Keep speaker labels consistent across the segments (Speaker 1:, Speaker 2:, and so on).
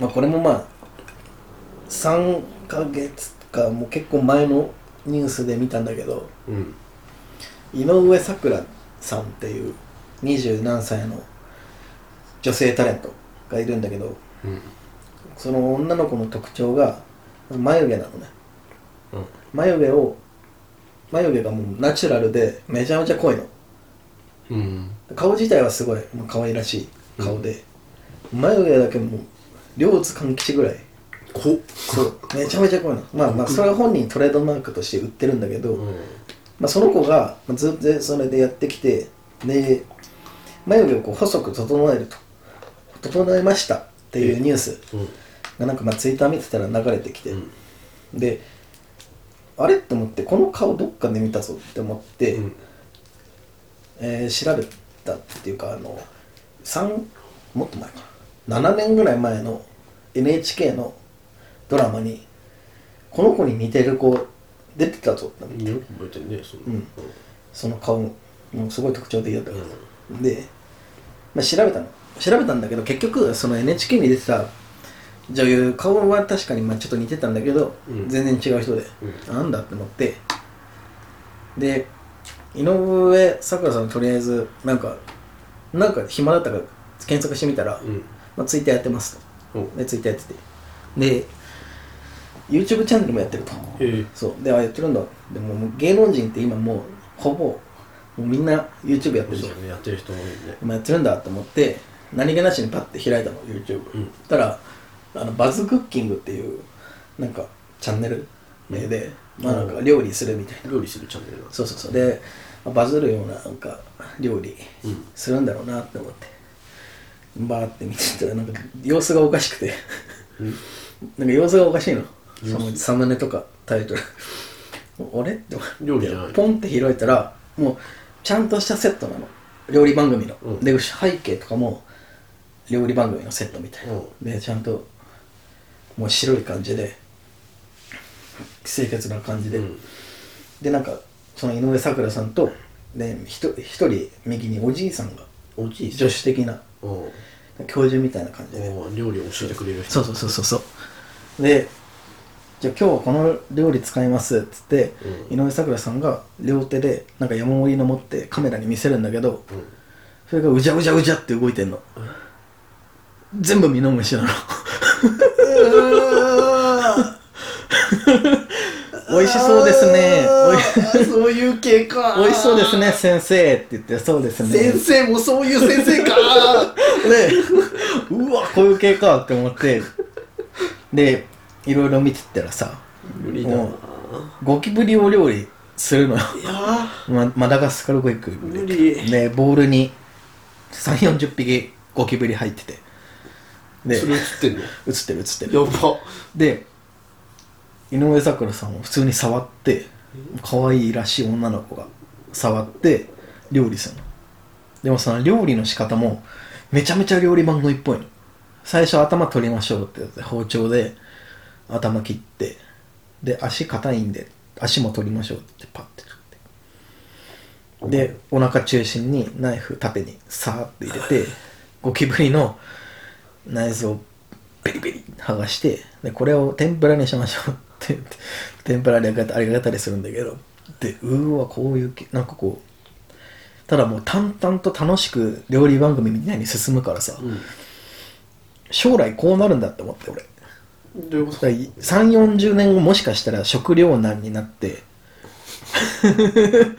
Speaker 1: まあこれもまあ3ヶ月かもう結構前のニュースで見たんだけど
Speaker 2: うん
Speaker 1: 井上咲楽さんっていう二十何歳の女性タレントがいるんだけど
Speaker 2: うん
Speaker 1: その女の子の特徴が眉毛なのね
Speaker 2: うん
Speaker 1: 眉毛を眉毛がもうナチュラルでめちゃめちゃ濃いの
Speaker 2: うん
Speaker 1: 顔自体はすごいもう可愛らしい顔で、眉毛だけもう両津勘吉ぐらい
Speaker 2: こ
Speaker 1: そうめちゃめちゃ濃いのまあまあそれは本人トレードマークとして売ってるんだけど、
Speaker 2: うん
Speaker 1: まあ、その子がまあずっとそれでやってきてで眉毛をこう細く整えると整えましたっていうニュース
Speaker 2: うん
Speaker 1: がなんかまあツイッター見てたら流れてきて、
Speaker 2: うん
Speaker 1: であれって思ってこの顔どっかで見たぞって思って、
Speaker 2: うん
Speaker 1: えー調べたっていうかあの3もっと前かな7年ぐらい前の NHK のドラマにこの子に似てる子出てたぞって思って
Speaker 2: よく覚えてるねその
Speaker 1: うんその顔もすごい特徴的だった
Speaker 2: う
Speaker 1: か
Speaker 2: ん
Speaker 1: ら、で、まあ、調べたの調べたんだけど結局その NHK に出てた女優顔は確かにまあちょっと似てたんだけど、
Speaker 2: うん
Speaker 1: 全然違う人で、
Speaker 2: う
Speaker 1: なんだって思ってで井上咲楽さんとりあえずなんかなんか暇だったから検索してみたら、
Speaker 2: うん
Speaker 1: まあ、ツイッターやってます
Speaker 2: お
Speaker 1: とでツイッターやっててで YouTube チャンネルもやってると
Speaker 2: ええ
Speaker 1: そうであやってるんだでももう芸能人って今もうほぼもうみんな YouTube やってるじ
Speaker 2: そ
Speaker 1: ゃん
Speaker 2: うねやってる人多いね
Speaker 1: 今やってるんだと思って何気なしにパッて開いたの YouTube そ
Speaker 2: うん
Speaker 1: したらあのバズクッキングっていうなんかチャンネル名で、まあなんか料理するみたいな
Speaker 2: 料理するチャンネルなんです
Speaker 1: そうそうそうでまあバズるようななんか料理
Speaker 2: うん
Speaker 1: するんだろうなって思ってバーって見てたらなんか様子がおかしくて
Speaker 2: うん
Speaker 1: なんか様子がおかしいの
Speaker 2: 子
Speaker 1: そのサムネとかタイトル あれって思って
Speaker 2: 料理じゃない
Speaker 1: ポンって開いたらもうちゃんとしたセットなの料理番組の、
Speaker 2: うん
Speaker 1: で背景とかも料理番組のセットみたいな、
Speaker 2: うん
Speaker 1: でちゃんともう白い感じで清潔な感じで、
Speaker 2: うん
Speaker 1: でなんかその井上咲楽さんとでひと一人右におじいさんが
Speaker 2: おじいさん
Speaker 1: 女子的な
Speaker 2: うん
Speaker 1: 教授みたいな感じで、
Speaker 2: お料理を教えてくれる人
Speaker 1: そうそうそうそうそうでじゃあ今日はこの料理使いますっつって、
Speaker 2: うん
Speaker 1: 井上咲楽さんが両手でなんか山盛りの持ってカメラに見せるんだけどそれがうじゃうじゃうじゃって動いてんの全部ミノムシな の美味しそうですね
Speaker 2: そういう系か
Speaker 1: おい美味しそうですね先生って言ってそうですね
Speaker 2: 先生もそういう先生か
Speaker 1: でうわこういう系かって思ってでいろいろ見てったらさ
Speaker 2: 無理だな
Speaker 1: もゴキブリを料理するのよ
Speaker 2: いやー
Speaker 1: ママダガスカルゴ行く
Speaker 2: 無理
Speaker 1: でボールに3 4 0匹ゴキブリ入っててで
Speaker 2: それ映ってんのや
Speaker 1: 映ってる映ってる
Speaker 2: ば
Speaker 1: で井上咲楽さんを普通に触って可愛いらしい女の子が触って料理するのでもその料理の仕方もめちゃめちゃ料理番組っぽいの最初頭取りましょうって言って包丁で頭切ってで足硬いんで足も取りましょうってパッて取ってでお腹中心にナイフ縦にサーって入 れてゴキブリの内臓をベリベリ剥がしてでこれを天ぷらにしましょうって言って天ぷらでありがたありがたりするんだけどでうーわこういうきなんかこうただもう淡々と楽しく料理番組みたいに進むからさ、
Speaker 2: うん
Speaker 1: 将来こうなるんだって思って俺
Speaker 2: どういうこ
Speaker 1: だ3 4 0年後もしかしたら食糧難になって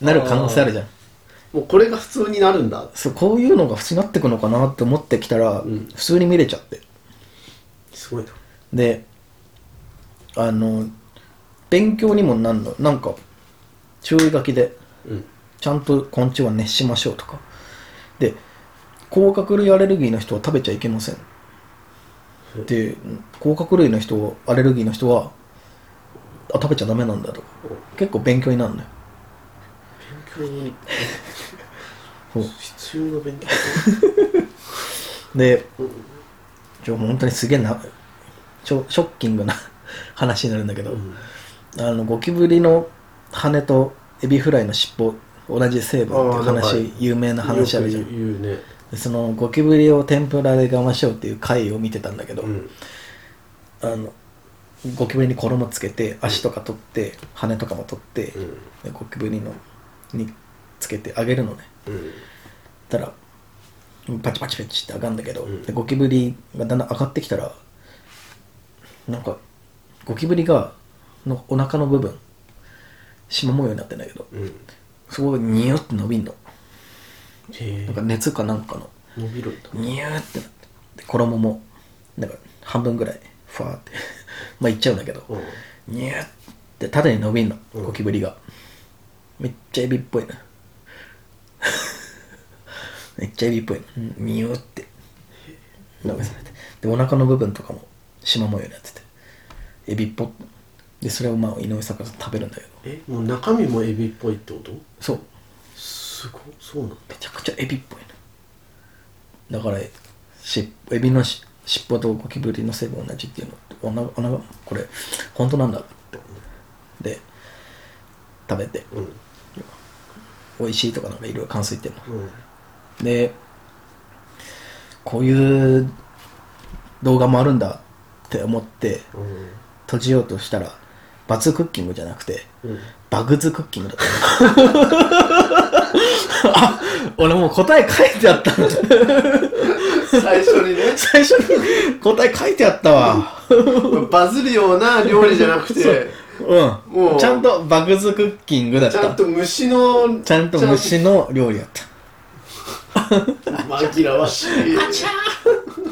Speaker 1: なる可能性あるじゃん
Speaker 2: もうこれが普通になるんだ
Speaker 1: そうこういうのが普通になってくのかなって思ってきたら、
Speaker 2: うん
Speaker 1: 普通に見れちゃって
Speaker 2: すごいな
Speaker 1: であの勉強にもなんのなんか注意書きで
Speaker 2: うん
Speaker 1: ちゃんと昆虫は熱しましょうとかで甲殻類アレルギーの人は食べちゃいけませんで甲殻類の人アレルギーの人はあ食べちゃダメなんだとか結構勉強になるのよ
Speaker 2: 勉強に
Speaker 1: そう
Speaker 2: 必要な勉強
Speaker 1: で
Speaker 2: うん
Speaker 1: ちょ本当にすげえなちょショッキングな 話になるんだけど、
Speaker 2: うん
Speaker 1: あのゴキブリの羽とエビフライの尻尾同じ成分っていう
Speaker 2: あーなんか
Speaker 1: 話有名な話あるじゃん
Speaker 2: よく言うね
Speaker 1: でそのゴキブリを天ぷらで我慢しようっていう回を見てたんだけど、
Speaker 2: うん
Speaker 1: あのゴキブリに衣つけて足とか取って羽とかも取って、
Speaker 2: うん
Speaker 1: でゴキブリのにつけてあげるのね
Speaker 2: うん
Speaker 1: たらパチパチパチって上がるんだけど、
Speaker 2: うん
Speaker 1: でゴキブリがだんだん上がってきたらなんかゴキブリがのお腹の部分縞模様になってんだけど
Speaker 2: うん
Speaker 1: すごいニューって伸びんの
Speaker 2: へ
Speaker 1: なんか
Speaker 2: え
Speaker 1: 熱かなんかの
Speaker 2: 伸びるんだ
Speaker 1: ニューってなってで衣もなんか半分ぐらいふわーって まあいっちゃうんだけど、
Speaker 2: うん
Speaker 1: ニューって縦に伸びんの
Speaker 2: うん
Speaker 1: ゴキブリが、めっちゃエビっぽいな めっちゃエビっぽいなうんニューって伸びされてでお腹の部分とかも縞模様になっててエビっぽっでそれをまあ井上咲楽さん食べるんだけど
Speaker 2: えもう中身もエビっぽいってこと
Speaker 1: そう
Speaker 2: すごいそうなんだ
Speaker 1: めちゃくちゃエビっぽいなだからしエビのし尻尾とゴキブリの成分同じっていうのおなおなこれ本当なんだってで食べて
Speaker 2: うん
Speaker 1: 美味しいとかなんかいろいろ感想言ってるの
Speaker 2: うん
Speaker 1: でこういう動画もあるんだって思って
Speaker 2: うん
Speaker 1: 閉じようとしたらバツクッキングじゃなくて
Speaker 2: うん
Speaker 1: バグズクッキングだったのあ俺もう答え書いてあったの
Speaker 2: 最初にね
Speaker 1: 最初に答え書いてあったわ。
Speaker 2: バズるような料理じゃなくて
Speaker 1: うん。
Speaker 2: もう
Speaker 1: ちゃんとバグズクッキングだっ
Speaker 2: ちゃん
Speaker 1: た。
Speaker 2: と虫の
Speaker 1: ちゃんと虫の料理だった。
Speaker 2: 紛らわしい
Speaker 1: っ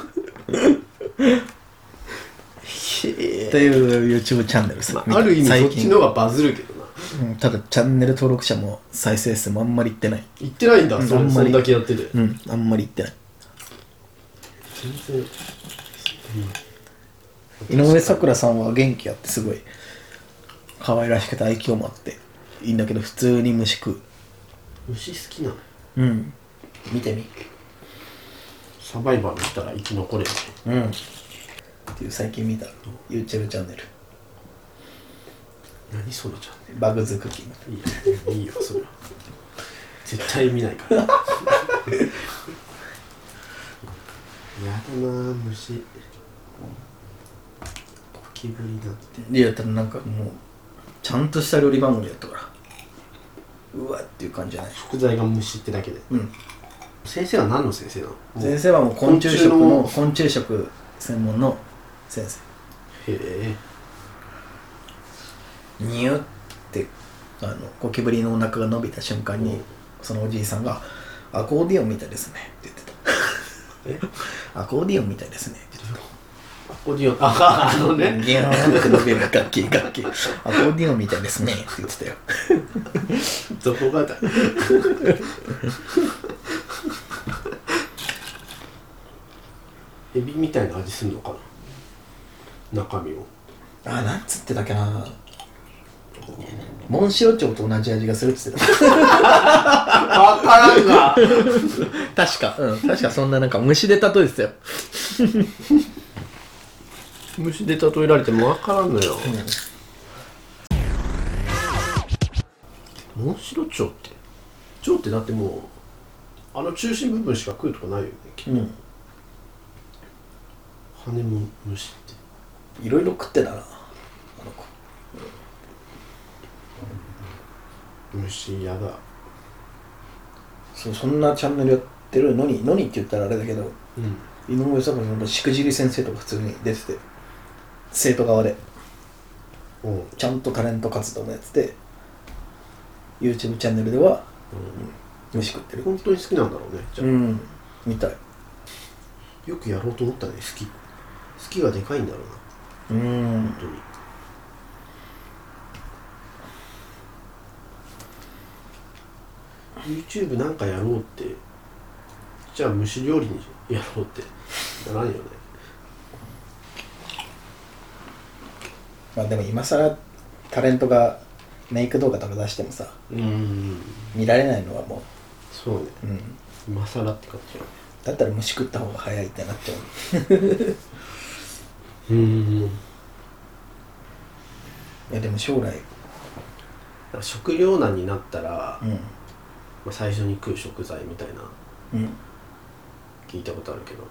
Speaker 1: ていう YouTube チャンネルさ。
Speaker 2: ある意味そ
Speaker 1: 最
Speaker 2: っち
Speaker 1: 近
Speaker 2: の方がバズるけどな
Speaker 1: うんただチャンネル登録者も再生数もあんまりいってない。
Speaker 2: 言ってないんだ
Speaker 1: うん
Speaker 2: そ
Speaker 1: あん
Speaker 2: れ
Speaker 1: ま
Speaker 2: そ
Speaker 1: り
Speaker 2: んだけやってて
Speaker 1: うん、あんまりいってない。
Speaker 2: 全然
Speaker 1: 井上咲楽さんは元気あってすごい可愛らしくて愛嬌もあっていいんだけど普通に虫食う。
Speaker 2: 虫好きなの
Speaker 1: うん。見てみ。
Speaker 2: サバイバーにしたら生き残れる
Speaker 1: う
Speaker 2: ね
Speaker 1: ん。っていう最近見た YouTube チャンネル。
Speaker 2: 何そのチャンネル
Speaker 1: バグズクッキング。
Speaker 2: いいよ、いいよ、それは。絶対見ないから。 やだなあ、虫。ゴキブリだって。
Speaker 1: いやただなんかもうちゃんとした料理番組だったからうわっていう感じじゃない
Speaker 2: 食材が虫ってだけで。
Speaker 1: うん
Speaker 2: 先生は何の先生なの
Speaker 1: 先
Speaker 2: へ
Speaker 1: 生はもう昆虫食
Speaker 2: 昆
Speaker 1: の
Speaker 2: 虫
Speaker 1: 昆虫食専門の先生
Speaker 2: え。
Speaker 1: ニュってあのゴキブリのお腹が伸びた瞬間に、
Speaker 2: うん
Speaker 1: そのおじいさんが「アコーディオンみたいですね」って言って
Speaker 2: え
Speaker 1: た「 アコーディオンみたいですね」って言って
Speaker 2: アコーディオン、あ、あの
Speaker 1: た
Speaker 2: ね。
Speaker 1: ギューンって伸びる楽器楽器アコーディオンみたいですねって言ってたよ
Speaker 2: どこがだ。エビみたいな味するのかな中身を。
Speaker 1: あなんつってたっけなモンシロチョウと同じ味がするって言ってた
Speaker 2: わからんが
Speaker 1: 確か、うん、確かそんななんか虫で例えてたよ。
Speaker 2: 虫で例えられてもわからんのよ、モンシロチョウってチョウってだってもうあの中心部分しか食うとこないよね
Speaker 1: うん。
Speaker 2: 羽も虫って
Speaker 1: いろいろ食ってたな、あの子。
Speaker 2: 虫やだ
Speaker 1: そう、そんなチャンネルやってるのに、のにって言ったらあれだけど、
Speaker 2: うん
Speaker 1: 井上さんのしくじり先生とか普通に出てて、生徒側で、
Speaker 2: おう、うん、
Speaker 1: ちゃんとタレント活動もやってて、YouTube チャンネルでは虫食ってる。
Speaker 2: 本当に好きなんだろうねじゃあ、
Speaker 1: ん。みたい。
Speaker 2: よくやろうと思ったね好き好きがでかいんだろうな
Speaker 1: うん。
Speaker 2: 本当に YouTube なんかやろうってじゃあ虫料理にやろうってならんよね
Speaker 1: まあでも今更タレントがメイク動画とか出してもさ、
Speaker 2: うん
Speaker 1: 見られないのはも
Speaker 2: そうね
Speaker 1: う、うん。
Speaker 2: 今更って感じだね
Speaker 1: だったら虫食った方が早いってなっちゃう。
Speaker 2: うん
Speaker 1: いやでも将来、
Speaker 2: 食糧難になったら、ま
Speaker 1: うん。
Speaker 2: あ、最初に食う食材みたいな
Speaker 1: うん
Speaker 2: 聞いたことあるけど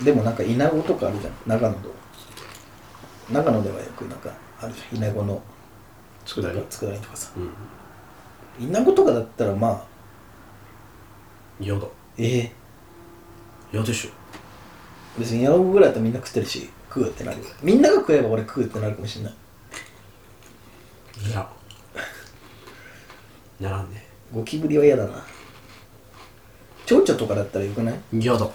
Speaker 1: うんでもなんかイナゴとかあるじゃん長野で長野ではよくなんかあるじゃんイナゴの
Speaker 2: 佃煮
Speaker 1: 佃煮とかさ
Speaker 2: うん
Speaker 1: イナゴとかだったらまあ
Speaker 2: 嫌だ
Speaker 1: ええ
Speaker 2: 嫌でしょ
Speaker 1: 別にイナゴぐらいだったらみんな食ってるし食うってなるみんなが食えば俺食うってなるかもしれない
Speaker 2: いや ならんね
Speaker 1: ゴキブリは嫌だな蝶々とかだったらよくない
Speaker 2: 嫌だ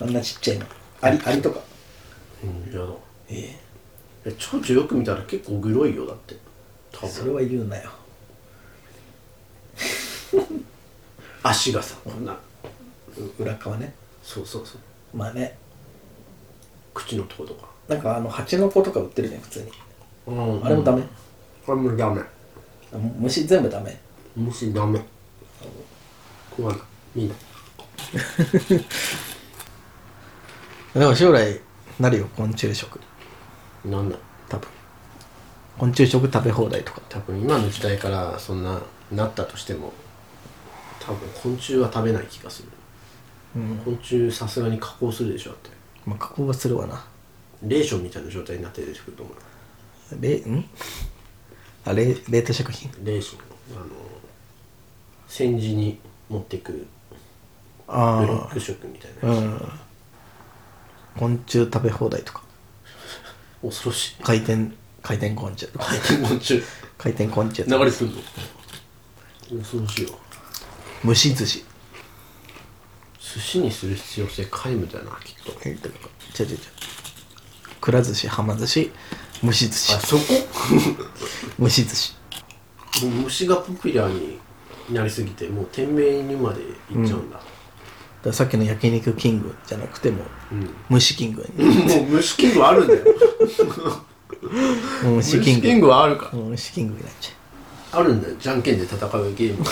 Speaker 1: あんなちっちゃいのアリアリとか
Speaker 2: うん嫌だ
Speaker 1: え
Speaker 2: え蝶々よく見たら結構グロいよだって多
Speaker 1: えそれ
Speaker 2: 分
Speaker 1: は言うなよ
Speaker 2: 足がさこんな
Speaker 1: う裏側ね
Speaker 2: そうそうそう
Speaker 1: まあね
Speaker 2: 口のとことか
Speaker 1: なんかあの蜂の子とか売ってるじゃん普通に
Speaker 2: うん
Speaker 1: あれもダメ、
Speaker 2: これもダメ
Speaker 1: あもう虫全部ダメ
Speaker 2: 虫ダメ食わないみんな
Speaker 1: でも将来なるよ昆虫食
Speaker 2: なんだ
Speaker 1: 多分昆虫食食べ放題とか
Speaker 2: 多分今の時代からそんななったとしても多分昆虫は食べない気がする
Speaker 1: うん、
Speaker 2: 昆虫さすがに加工するでしょだって
Speaker 1: まあ、加工はするわな
Speaker 2: レーションみたいな状態になって出てくると思う
Speaker 1: れんあれ冷凍食品
Speaker 2: レーションあの戦時に持ってくブロ
Speaker 1: あ
Speaker 2: ック食みたい
Speaker 1: あ
Speaker 2: な
Speaker 1: う
Speaker 2: やつ
Speaker 1: ん昆虫食べ放題とか
Speaker 2: 恐ろしい
Speaker 1: 回転回転昆虫
Speaker 2: 回転昆虫流
Speaker 1: 回転昆虫
Speaker 2: れするの恐ろしいわ
Speaker 1: 虫寿司
Speaker 2: 寿司にする必要性皆無だよなきっと
Speaker 1: えだから違う違う違うくら寿司はま寿司虫寿
Speaker 2: あ
Speaker 1: 司
Speaker 2: そこ
Speaker 1: 虫寿司
Speaker 2: もう虫がポピュラーになりすぎてもう店名にまで行っちゃうんだ、
Speaker 1: だからさっきの焼肉キングじゃなくても
Speaker 2: うん
Speaker 1: 虫キングに
Speaker 2: もう虫キングあるんだ よ
Speaker 1: もう虫キング
Speaker 2: はあるか
Speaker 1: もう虫キングになっちゃ
Speaker 2: あるんだよじゃんけんで戦うゲームが